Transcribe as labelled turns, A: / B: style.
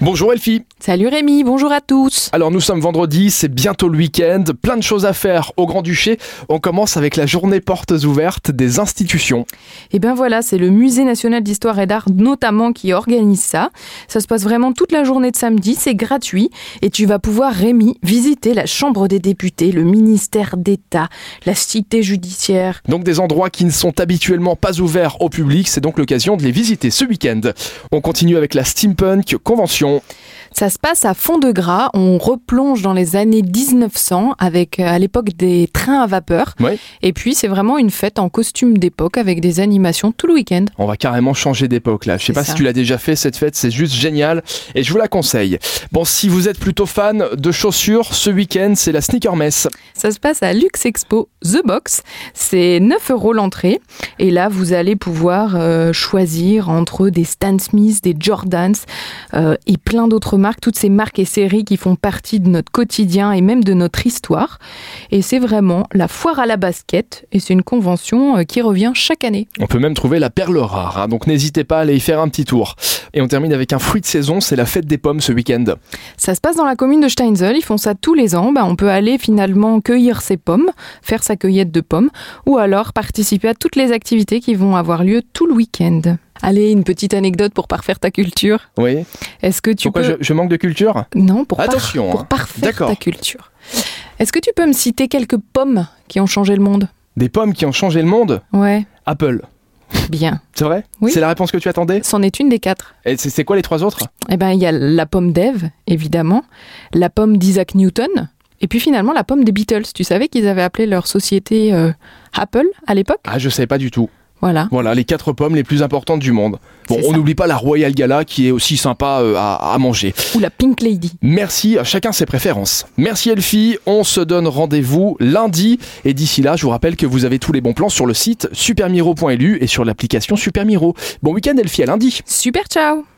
A: Bonjour Elfie.
B: Salut Rémi, bonjour à tous.
A: Alors nous sommes vendredi, c'est bientôt le week-end, plein de choses à faire au Grand-Duché. On commence avec la journée portes ouvertes des institutions.
B: Et bien Eh ben voilà, c'est le Musée national d'histoire et d'art notamment qui organise ça. Ça se passe vraiment toute la journée de samedi, c'est gratuit. Et tu vas pouvoir, Rémi, visiter la Chambre des députés, le ministère d'État, la cité judiciaire.
A: Donc des endroits qui ne sont habituellement pas ouverts au public, c'est donc l'occasion de les visiter ce week-end. On continue avec la Steampunk Convention.
B: Ça se passe à fond de gras, on replonge dans les années 1900 avec euh, à l'époque des trains à vapeur.
A: Ouais.
B: Et puis c'est vraiment une fête en costume d'époque avec des animations tout le week-end.
A: On va carrément changer d'époque là. Je sais
B: C'est
A: pas
B: ça.
A: si tu l'as déjà fait cette fête, c'est juste génial et je vous la conseille. Bon, si vous êtes plutôt fan de chaussures, ce week-end c'est la Sneaker Mess.
B: Ça se passe à Luxe Expo The Box. C'est 9 euros l'entrée. Et là, vous allez pouvoir euh, choisir entre des Stan Smith, des Jordans euh, et plein d'autres marques. Toutes ces marques et séries qui font partie de notre quotidien et même de notre histoire. Et c'est vraiment la foire à la basket. Et c'est une convention euh, qui revient chaque année.
A: On peut même trouver la perle rare, hein, donc n'hésitez pas à aller y faire un petit tour. Et on termine avec un fruit de saison, c'est la fête des pommes ce week-end.
B: Ça se passe dans la commune de Steinzel. Ils font ça tous les ans. Bah, on peut aller finalement cueillir ses pommes, faire sa cueillette de pommes, ou alors participer à toutes les activités qui vont avoir lieu tout le week-end. Allez, une petite anecdote pour parfaire ta culture.
A: Oui.
B: Est-ce que tu
A: Pourquoi
B: peux
A: je, je manque de culture
B: non pour, par-
A: Attention,
B: pour
A: hein.
B: parfaire
A: D'accord.
B: ta culture Est-ce que tu peux me citer quelques pommes qui ont changé le monde
A: Des pommes qui ont changé le monde
B: Ouais,
A: Apple.
B: bien.
A: C'est vrai
B: Oui.
A: C'est la réponse que tu attendais
B: C'en est une des quatre.
A: Et c'est c'est quoi les trois autres
B: Eh ben, il y a la pomme d'Ève, évidemment, la pomme d'Isaac Newton, et puis finalement la pomme des Beatles. Tu savais qu'ils avaient appelé leur société euh, Apple à l'époque
A: Ah, je savais pas du tout.
B: Voilà.
A: Voilà, les quatre pommes les plus importantes du monde. Bon,
B: C'est
A: on
B: ça.
A: n'oublie pas la Royal Gala qui est aussi sympa euh, à- à manger.
B: Ou la Pink Lady.
A: Merci, à chacun ses préférences. Merci Elfie, on se donne rendez-vous lundi. Et d'ici là, je vous rappelle que vous avez tous les bons plans sur le site supermiro.lu et sur l'application Supermiro. Bon week-end Elfie, à lundi.
B: Super, ciao